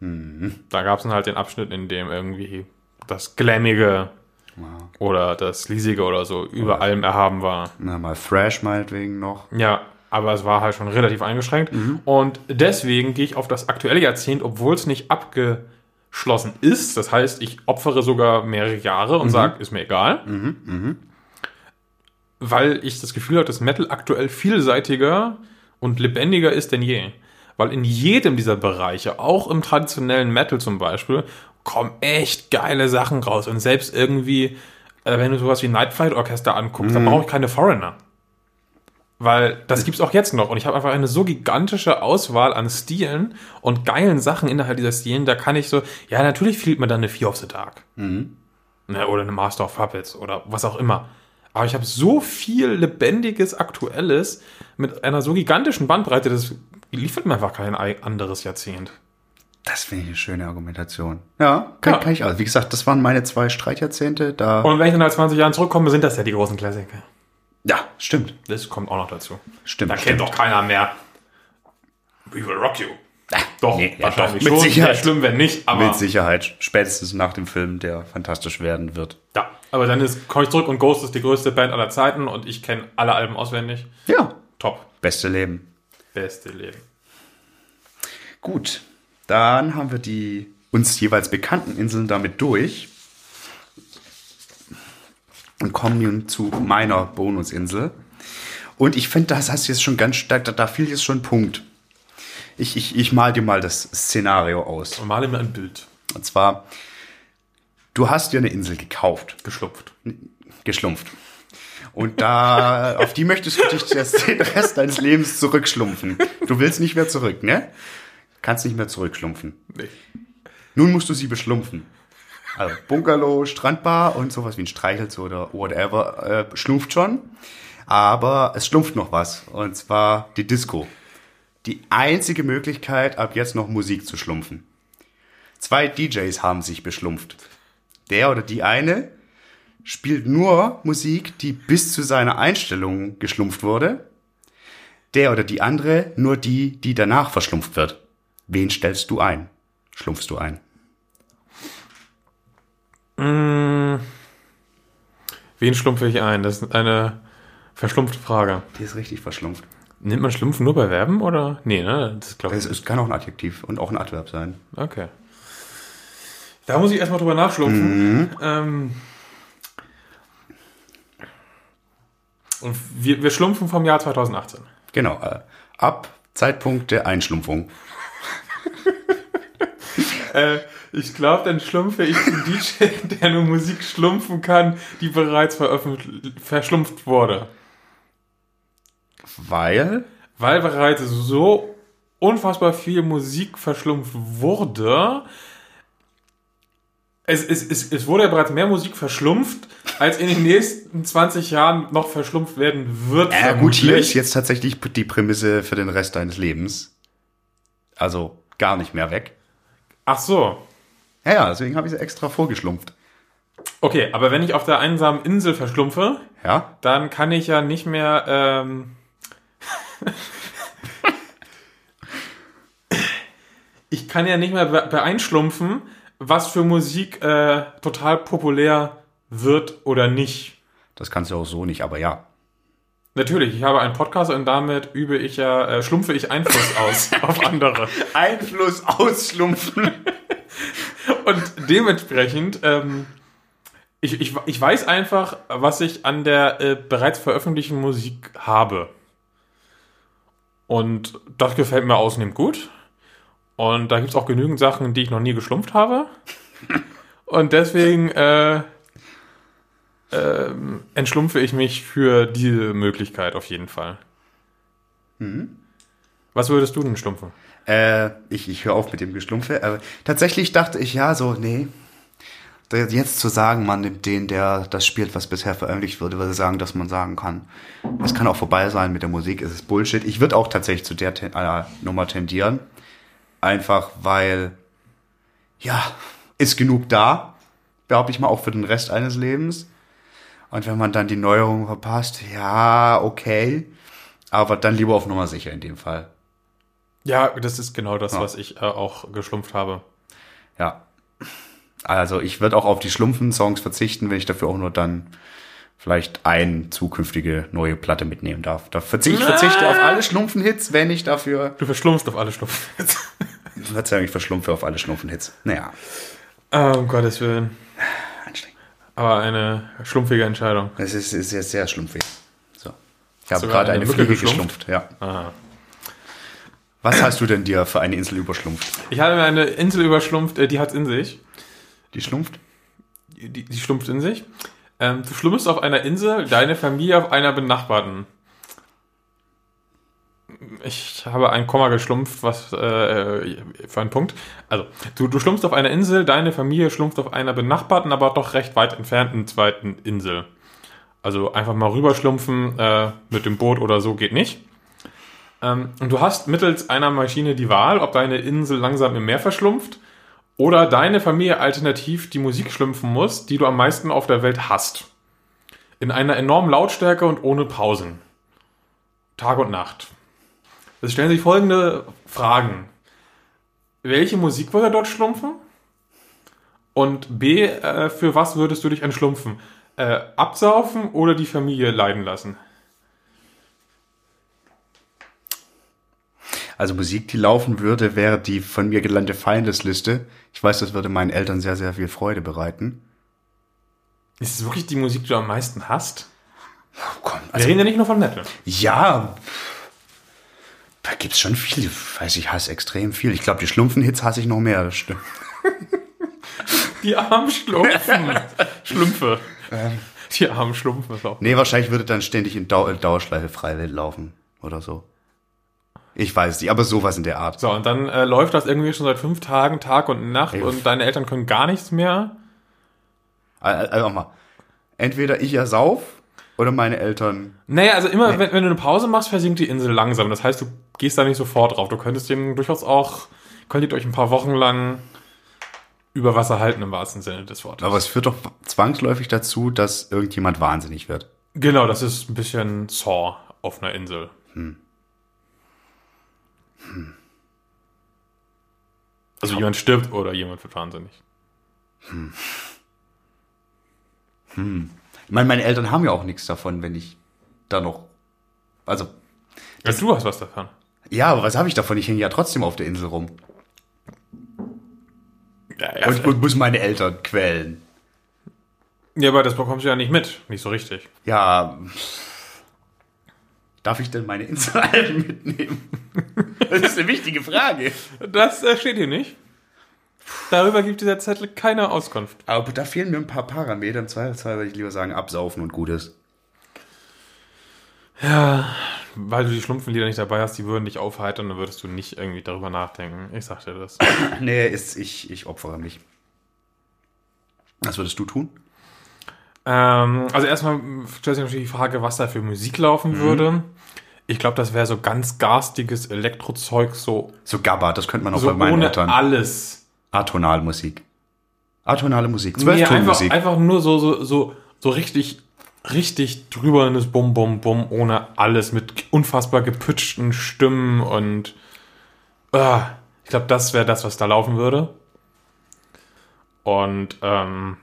S3: Da gab es dann halt den Abschnitt, in dem irgendwie das Glammige oder das Leasige oder so über allem erhaben war.
S4: Na, mal Thrash meinetwegen noch.
S3: Ja, aber es war halt schon relativ eingeschränkt. Und deswegen gehe ich auf das aktuelle Jahrzehnt, obwohl es nicht abgeschlossen ist. Das heißt, ich opfere sogar mehrere Jahre und sage, ist mir egal. Weil ich das Gefühl habe, dass Metal aktuell vielseitiger und lebendiger ist denn je. Weil in jedem dieser Bereiche, auch im traditionellen Metal zum Beispiel, kommen echt geile Sachen raus. Und selbst irgendwie, äh, wenn du sowas wie Night Flight Orchester anguckst, dann brauche ich keine Foreigner. Weil das gibt's auch jetzt noch. Und ich habe einfach eine so gigantische Auswahl an Stilen und geilen Sachen innerhalb dieser Stilen, da kann ich so, ja, natürlich fehlt mir dann eine Fear of the Dark.
S4: Mhm.
S3: Ne, oder eine Master of Puppets oder was auch immer. Aber ich habe so viel lebendiges, aktuelles mit einer so gigantischen Bandbreite, das liefert mir einfach kein ei- anderes Jahrzehnt.
S4: Das finde ich eine schöne Argumentation. Ja, kann,
S3: Ja.
S4: kann ich auch. Wie gesagt, das waren meine zwei Streitjahrzehnte. Da.
S3: Und wenn ich dann nach 20 Jahren zurückkomme, sind das ja die großen Klassiker.
S4: ja, stimmt.
S3: Das kommt auch noch dazu.
S4: Stimmt.
S3: Da
S4: stimmt.
S3: kennt doch keiner mehr. We will rock you. Doch,
S4: Ah, nee, ja,
S3: wahrscheinlich
S4: doch, mit
S3: schon.
S4: Sicherheit.
S3: Wäre schlimm, wenn nicht, aber.
S4: Mit Sicherheit. Spätestens nach dem Film, der fantastisch werden wird.
S3: Ja, aber dann ist, komme ich zurück und Ghost ist die größte Band aller Zeiten und ich kenne alle Alben auswendig.
S4: Ja.
S3: Top.
S4: Beste Leben.
S3: Beste Leben.
S4: Gut, dann haben wir die uns jeweils bekannten Inseln damit durch und kommen nun zu meiner Bonusinsel. Und ich finde, das hast du jetzt schon ganz stark, da, da fiel jetzt schon ein Punkt. Ich, ich, ich mal dir mal das Szenario aus.
S3: Und male mir ein Bild.
S4: Und zwar, du hast dir eine Insel gekauft,
S3: Geschlupft.
S4: geschlumpft. Und da, auf die möchtest du dich jetzt den Rest deines Lebens zurückschlumpfen. Du willst nicht mehr zurück, ne? Kannst nicht mehr zurückschlumpfen.
S3: Nee.
S4: Nun musst du sie beschlumpfen. Also Bungalow, Strandbar und sowas wie ein Streichels oder whatever äh, schlumpft schon. Aber es schlumpft noch was. Und zwar die Disco. Die einzige Möglichkeit, ab jetzt noch Musik zu schlumpfen. Zwei DJs haben sich beschlumpft. Der oder die eine spielt nur Musik, die bis zu seiner Einstellung geschlumpft wurde. Der oder die andere nur die, die danach verschlumpft wird. Wen stellst du ein? Schlumpfst du ein?
S3: Wen schlumpfe ich ein? Das ist eine verschlumpfte Frage.
S4: Die ist richtig verschlumpft.
S3: Nimmt man Schlumpfen nur bei Verben oder? Nee, ne? Das glaube ich.
S4: Es, es kann auch ein Adjektiv und auch ein Adverb sein.
S3: Okay. Da muss ich erstmal drüber nachschlumpfen. Ähm, und wir, wir schlumpfen vom Jahr 2018.
S4: Genau. Äh, ab Zeitpunkt der Einschlumpfung.
S3: Äh, ich glaube, dann schlumpfe ich zum DJ, der nur Musik schlumpfen kann, die bereits veröffentlicht, verschlumpft wurde.
S4: Weil?
S3: Weil bereits so unfassbar viel Musik verschlumpft wurde. Es, es, es, es wurde ja bereits mehr Musik verschlumpft, als in den nächsten 20 Jahren noch verschlumpft werden wird.
S4: Äh, gut, hier
S3: vermutlich.
S4: ist jetzt tatsächlich die Prämisse für den Rest deines Lebens. Also gar nicht mehr weg.
S3: Ach so.
S4: Ja, ja, deswegen habe ich sie extra vorgeschlumpft.
S3: Okay, aber wenn ich auf der einsamen Insel verschlumpfe,
S4: Ja?
S3: dann kann ich ja nicht mehr. Ähm ich kann ja nicht mehr be- beeinschlumpfen, was für Musik äh, total populär wird oder nicht.
S4: Das kannst du auch so nicht, aber ja.
S3: Natürlich, ich habe einen Podcast und damit übe ich ja, äh, schlumpfe ich Einfluss aus auf andere.
S4: Einfluss ausschlumpfen.
S3: Und dementsprechend, ähm, ich, ich, ich weiß einfach, was ich an der äh, bereits veröffentlichten Musik habe. Und das gefällt mir ausnehmend gut. Und da gibt es auch genügend Sachen, die ich noch nie geschlumpft habe. Und deswegen äh, ähm, entschlumpfe ich mich für diese Möglichkeit auf jeden Fall. Was würdest du denn schlumpfen?
S4: Äh, ich ich höre auf mit dem Geschlumpfe. Aber tatsächlich dachte ich, ja, so, nee. da jetzt zu sagen, man nimmt den, der das spielt, was bisher veröffentlicht wurde, würde sagen, dass man sagen kann, es kann auch vorbei sein mit der Musik, es ist Bullshit. Ich würde auch tatsächlich zu der ten, äh, Nummer tendieren. Einfach weil, ja, ist genug da, behaupte ich mal, auch für den Rest eines Lebens. Und wenn man dann die Neuerungen verpasst, ja, okay. Aber dann lieber auf Nummer sicher in dem Fall.
S3: Ja, das ist genau das,
S4: Ja.
S3: was ich äh, auch geschlumpft habe.
S4: Ja. Also ich würde auch auf die schlumpfen Songs verzichten, wenn ich dafür auch nur dann vielleicht eine zukünftige neue Platte mitnehmen darf. Da verzicht, ich verzichte auf alle schlumpfen Hits, wenn ich dafür.
S3: Du verschlumpfst auf alle Schlumpfen.
S4: Verzeihung, ich verschlumpfe auf alle schlumpfen Hits. Naja,
S3: Ah, um Gottes Willen.
S4: anstrengend.
S3: Aber eine schlumpfige Entscheidung.
S4: Es ist, ist sehr, sehr schlumpfig. So. Ich habe
S3: Sogar
S4: gerade
S3: eine
S4: eine,
S3: Mücke
S4: Fliege
S3: geschlumpft?
S4: geschlumpft. Ja. Was hast du denn dir für eine Insel überschlumpft?
S3: Ich habe mir eine Insel überschlumpft, äh, die hat's in sich.
S4: Die schlumpft?
S3: Die, die schlumpft in sich. Ähm, du schlumpfst auf einer Insel, deine Familie auf einer benachbarten. Ich habe ein Komma geschlumpft, was äh, für einen Punkt. Also, du, du schlumpfst auf einer Insel, deine Familie schlumpft auf einer benachbarten, aber doch recht weit entfernten zweiten Insel. Also einfach mal rüberschlumpfen äh, mit dem Boot oder so geht nicht. Ähm, und du hast mittels einer Maschine die Wahl, ob deine Insel langsam im Meer verschlumpft oder deine Familie alternativ die Musik schlumpfen muss, die du am meisten auf der Welt hast. In einer enormen Lautstärke und ohne Pausen. Tag und Nacht. Es stellen sich folgende Fragen. Welche Musik würde dort schlumpfen? Und B, äh, für was würdest du dich entschlumpfen? Äh, absaufen oder die Familie leiden lassen?
S4: Also Musik, die laufen würde, wäre die von mir gelernte Feindesliste. Ich weiß, das würde meinen Eltern sehr, sehr viel Freude bereiten.
S3: Ist es wirklich die Musik, die du am meisten hast?
S4: Oh, komm,
S3: Wir reden ja nicht nur von Metal.
S4: Ja, da gibt's schon viele. Weiß ich, hasse extrem viel. Ich glaube, die Schlumpfen-Hits hasse ich noch mehr. Das stimmt.
S3: Die armen Schlumpfen. Schlumpfe. Die armen Schlumpfen. So.
S4: Nee, wahrscheinlich würde dann ständig in Dau äh, Dauerschleife Freiwild laufen oder so. Ich weiß nicht, aber sowas in der Art.
S3: so, und dann äh, läuft das irgendwie schon seit fünf Tagen, Tag und Nacht
S4: Ey.
S3: und deine Eltern können gar nichts mehr.
S4: Also, also auch mal. Entweder ich ersauf oder meine Eltern.
S3: Naja, also immer, wenn, wenn du eine Pause machst, versinkt die Insel langsam. Das heißt, du gehst da nicht sofort drauf. Du könntest den durchaus auch, könntet euch ein paar Wochen lang über Wasser halten im wahrsten Sinne des Wortes.
S4: Aber es führt doch zwangsläufig dazu, dass irgendjemand wahnsinnig wird.
S3: Genau, das ist ein bisschen Saw auf einer Insel.
S4: Hm.
S3: Hm. Also jemand stirbt oder jemand wird wahnsinnig.
S4: Ich meine, meine Eltern haben ja auch nichts davon, wenn ich da noch. Also,
S3: Also du hast was davon.
S4: ja, aber was habe ich davon? Ich hänge ja trotzdem auf der Insel rum.
S3: Ja,
S4: und, und muss meine Eltern quälen.
S3: ja, aber das bekommst du ja nicht mit. Nicht so richtig.
S4: Ja. Darf ich denn meine Insel mitnehmen? Das ist eine wichtige Frage.
S3: Das äh, steht hier nicht. Darüber gibt dieser Zettel keine Auskunft.
S4: Aber da fehlen mir ein paar Parameter. Im Zweifelsfall würde ich lieber sagen, absaufen und Gutes.
S3: Weil du die Schlumpfenlieder nicht dabei hast, die würden dich aufheitern, dann würdest du nicht irgendwie darüber nachdenken. Ich sag dir das.
S4: Nee, ist, ich, ich opfere mich. Was würdest du tun?
S3: Ähm, also erstmal stellt sich natürlich die Frage, was da für Musik laufen würde. Ich glaube, das wäre so ganz garstiges Elektrozeug, so,
S4: So Gabba, das könnte man auch
S3: so
S4: bei meinen
S3: ohne
S4: Eltern.
S3: alles.
S4: Atonalmusik. Atonale Musik.
S3: Nee, einfach,
S4: Zwölftonmusik.
S3: einfach nur so, so, so, so richtig, richtig drübernes Bum Bum Bum ohne alles mit unfassbar gepitchten Stimmen und ah, ich glaube, das wäre das, was da laufen würde. Und ähm,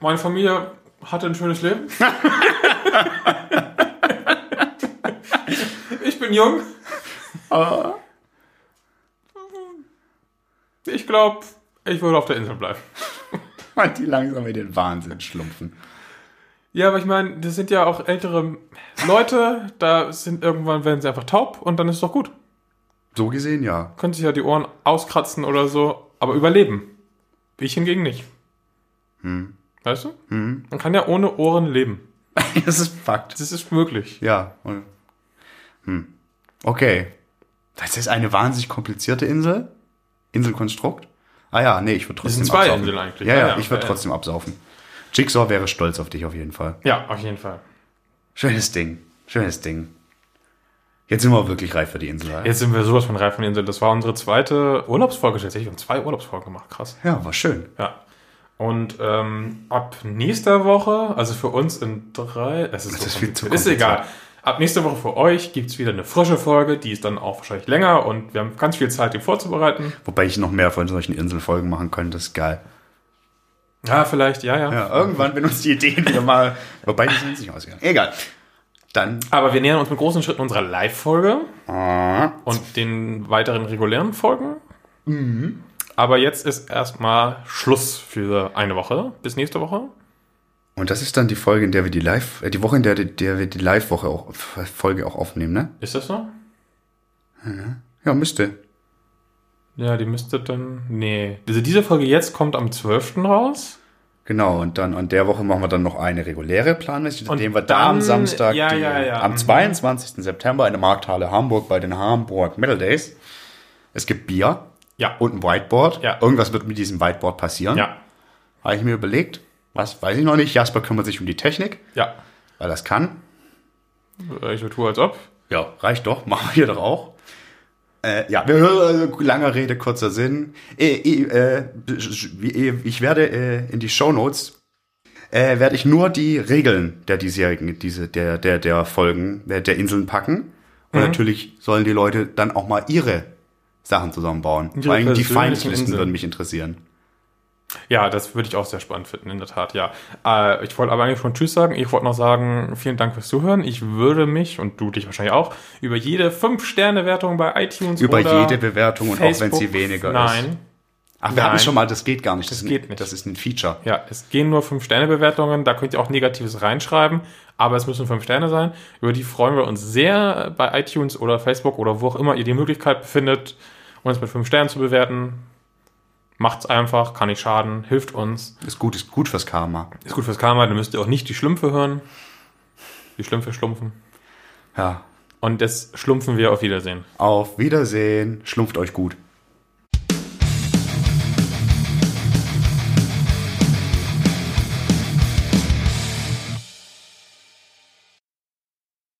S3: meine Familie hatte ein schönes Leben. ich bin jung. Ich glaube, ich würde auf der Insel bleiben.
S4: die langsam in den Wahnsinn schlumpfen.
S3: Ja, aber ich meine, das sind ja auch ältere Leute, da sind irgendwann werden sie einfach taub und dann ist doch gut.
S4: So gesehen, ja.
S3: Können sich ja die Ohren auskratzen oder so, aber überleben. Ich hingegen nicht.
S4: Hm.
S3: Weißt du? Man kann ja ohne Ohren leben.
S4: Das ist Fakt.
S3: Das ist möglich.
S4: Ja. und- Hm. Okay. Das ist eine wahnsinnig komplizierte Insel. Inselkonstrukt? Ah ja, nee, ich würde
S3: Das
S4: trotzdem
S3: sind zwei
S4: absaufen.
S3: Inseln eigentlich.
S4: Ja,
S3: Ah
S4: ja,
S3: ja,
S4: ich würde
S3: okay.
S4: trotzdem absaufen. Jigsaw wäre stolz auf dich auf jeden Fall.
S3: Ja, auf jeden Fall.
S4: Schönes Ding. Schönes Ding. Jetzt sind wir wirklich reif für die Insel. Ja,
S3: Jetzt sind wir sowas von reif von der Insel. Das war unsere zweite Urlaubsfolge tatsächlich. Wir haben zwei Urlaubsfolgen gemacht. Krass.
S4: ja war schön.
S3: Ja. Und ähm, ab nächster Woche, also für uns in drei, es ist,
S4: Das
S3: so
S4: ist viel zu
S3: kompliziert. ist egal.
S4: kompliziert.
S3: Ab nächster Woche für euch gibt's wieder eine frische Folge, die ist dann auch wahrscheinlich länger und wir haben ganz viel Zeit, die vorzubereiten.
S4: Wobei ich noch mehr von solchen Inselfolgen machen könnte, ist geil.
S3: Ja, vielleicht, ja, ja.
S4: Ja, irgendwann, wenn uns die Ideen wieder mal. Wobei die sind nicht ausgegangen. Egal. Dann.
S3: Aber wir nähern uns mit großen Schritten unserer Live-Folge
S4: Ah,
S3: und den weiteren regulären Folgen.
S4: Mhm.
S3: Aber jetzt ist erstmal Schluss für eine Woche, bis nächste Woche.
S4: Und das ist dann die Folge, in der wir die Live, äh, die Woche, in der, der wir die Live-Woche auch, Folge auch aufnehmen, ne?
S3: Ist das so?
S4: Ja, müsste.
S3: Ja, die müsste dann. Nee. Also diese Folge jetzt kommt am 12. raus.
S4: Genau, und dann an der Woche machen wir dann noch eine reguläre planmäßig,
S3: Und
S4: indem wir da
S3: dann-
S4: am Samstag,
S3: ja,
S4: die,
S3: ja, ja,
S4: am
S3: mhm.
S4: 22. September in der Markthalle Hamburg bei den Hamburg Metal Days. Es gibt Bier
S3: Ja.
S4: und ein Whiteboard.
S3: Ja.
S4: Irgendwas wird mit diesem Whiteboard passieren.
S3: ja.
S4: Habe ich mir überlegt. Was weiß ich noch nicht. Jasper kümmert sich um die Technik,
S3: Ja.
S4: weil das kann.
S3: Äh, Ich so tue, als ob.
S4: Ja, reicht doch. Machen wir hier doch auch. Äh, ja, wir- äh, langer Rede, kurzer Sinn. Äh, äh, äh, Ich werde äh, in die Shownotes äh, werde ich nur die Regeln der diesjährigen, diese, der, der, der Folgen, der, der Inseln packen.
S3: Mhm.
S4: Und natürlich sollen die Leute dann auch mal ihre Sachen zusammenbauen.
S3: Ihre
S4: Vor allem die
S3: persönlichen
S4: Feindeslisten
S3: Inseln.
S4: würden mich interessieren.
S3: Ja, das würde ich auch sehr spannend finden, in der Tat, ja. Äh, ich wollte aber eigentlich schon Tschüss sagen. Ich wollte noch sagen, vielen Dank fürs Zuhören. Ich würde mich, und du dich wahrscheinlich auch, über jede 5-Sterne-Wertung bei iTunes
S4: Über
S3: oder
S4: jede Bewertung und auch wenn sie
S3: Facebook-
S4: weniger ist.
S3: Nein.
S4: Ach, wir
S3: Nein.
S4: hatten schon mal, das geht gar nicht. Das, ist
S3: geht
S4: ein,
S3: nicht.
S4: Das ist ein Feature.
S3: Ja, es gehen nur 5-Sterne-Bewertungen. Da könnt ihr auch Negatives reinschreiben, aber es müssen 5 Sterne sein. Über die freuen wir uns sehr äh, bei iTunes oder Facebook oder wo auch immer ihr die Möglichkeit befindet, uns mit 5 Sternen zu bewerten. Macht's einfach, kann nicht schaden, hilft uns.
S4: Ist gut, ist gut fürs Karma.
S3: Ist gut fürs Karma, dann müsst ihr auch nicht die Schlümpfe hören. Die Schlümpfe schlumpfen.
S4: Ja.
S3: Und das schlumpfen wir auf Wiedersehen.
S4: Auf Wiedersehen. Schlumpft euch gut.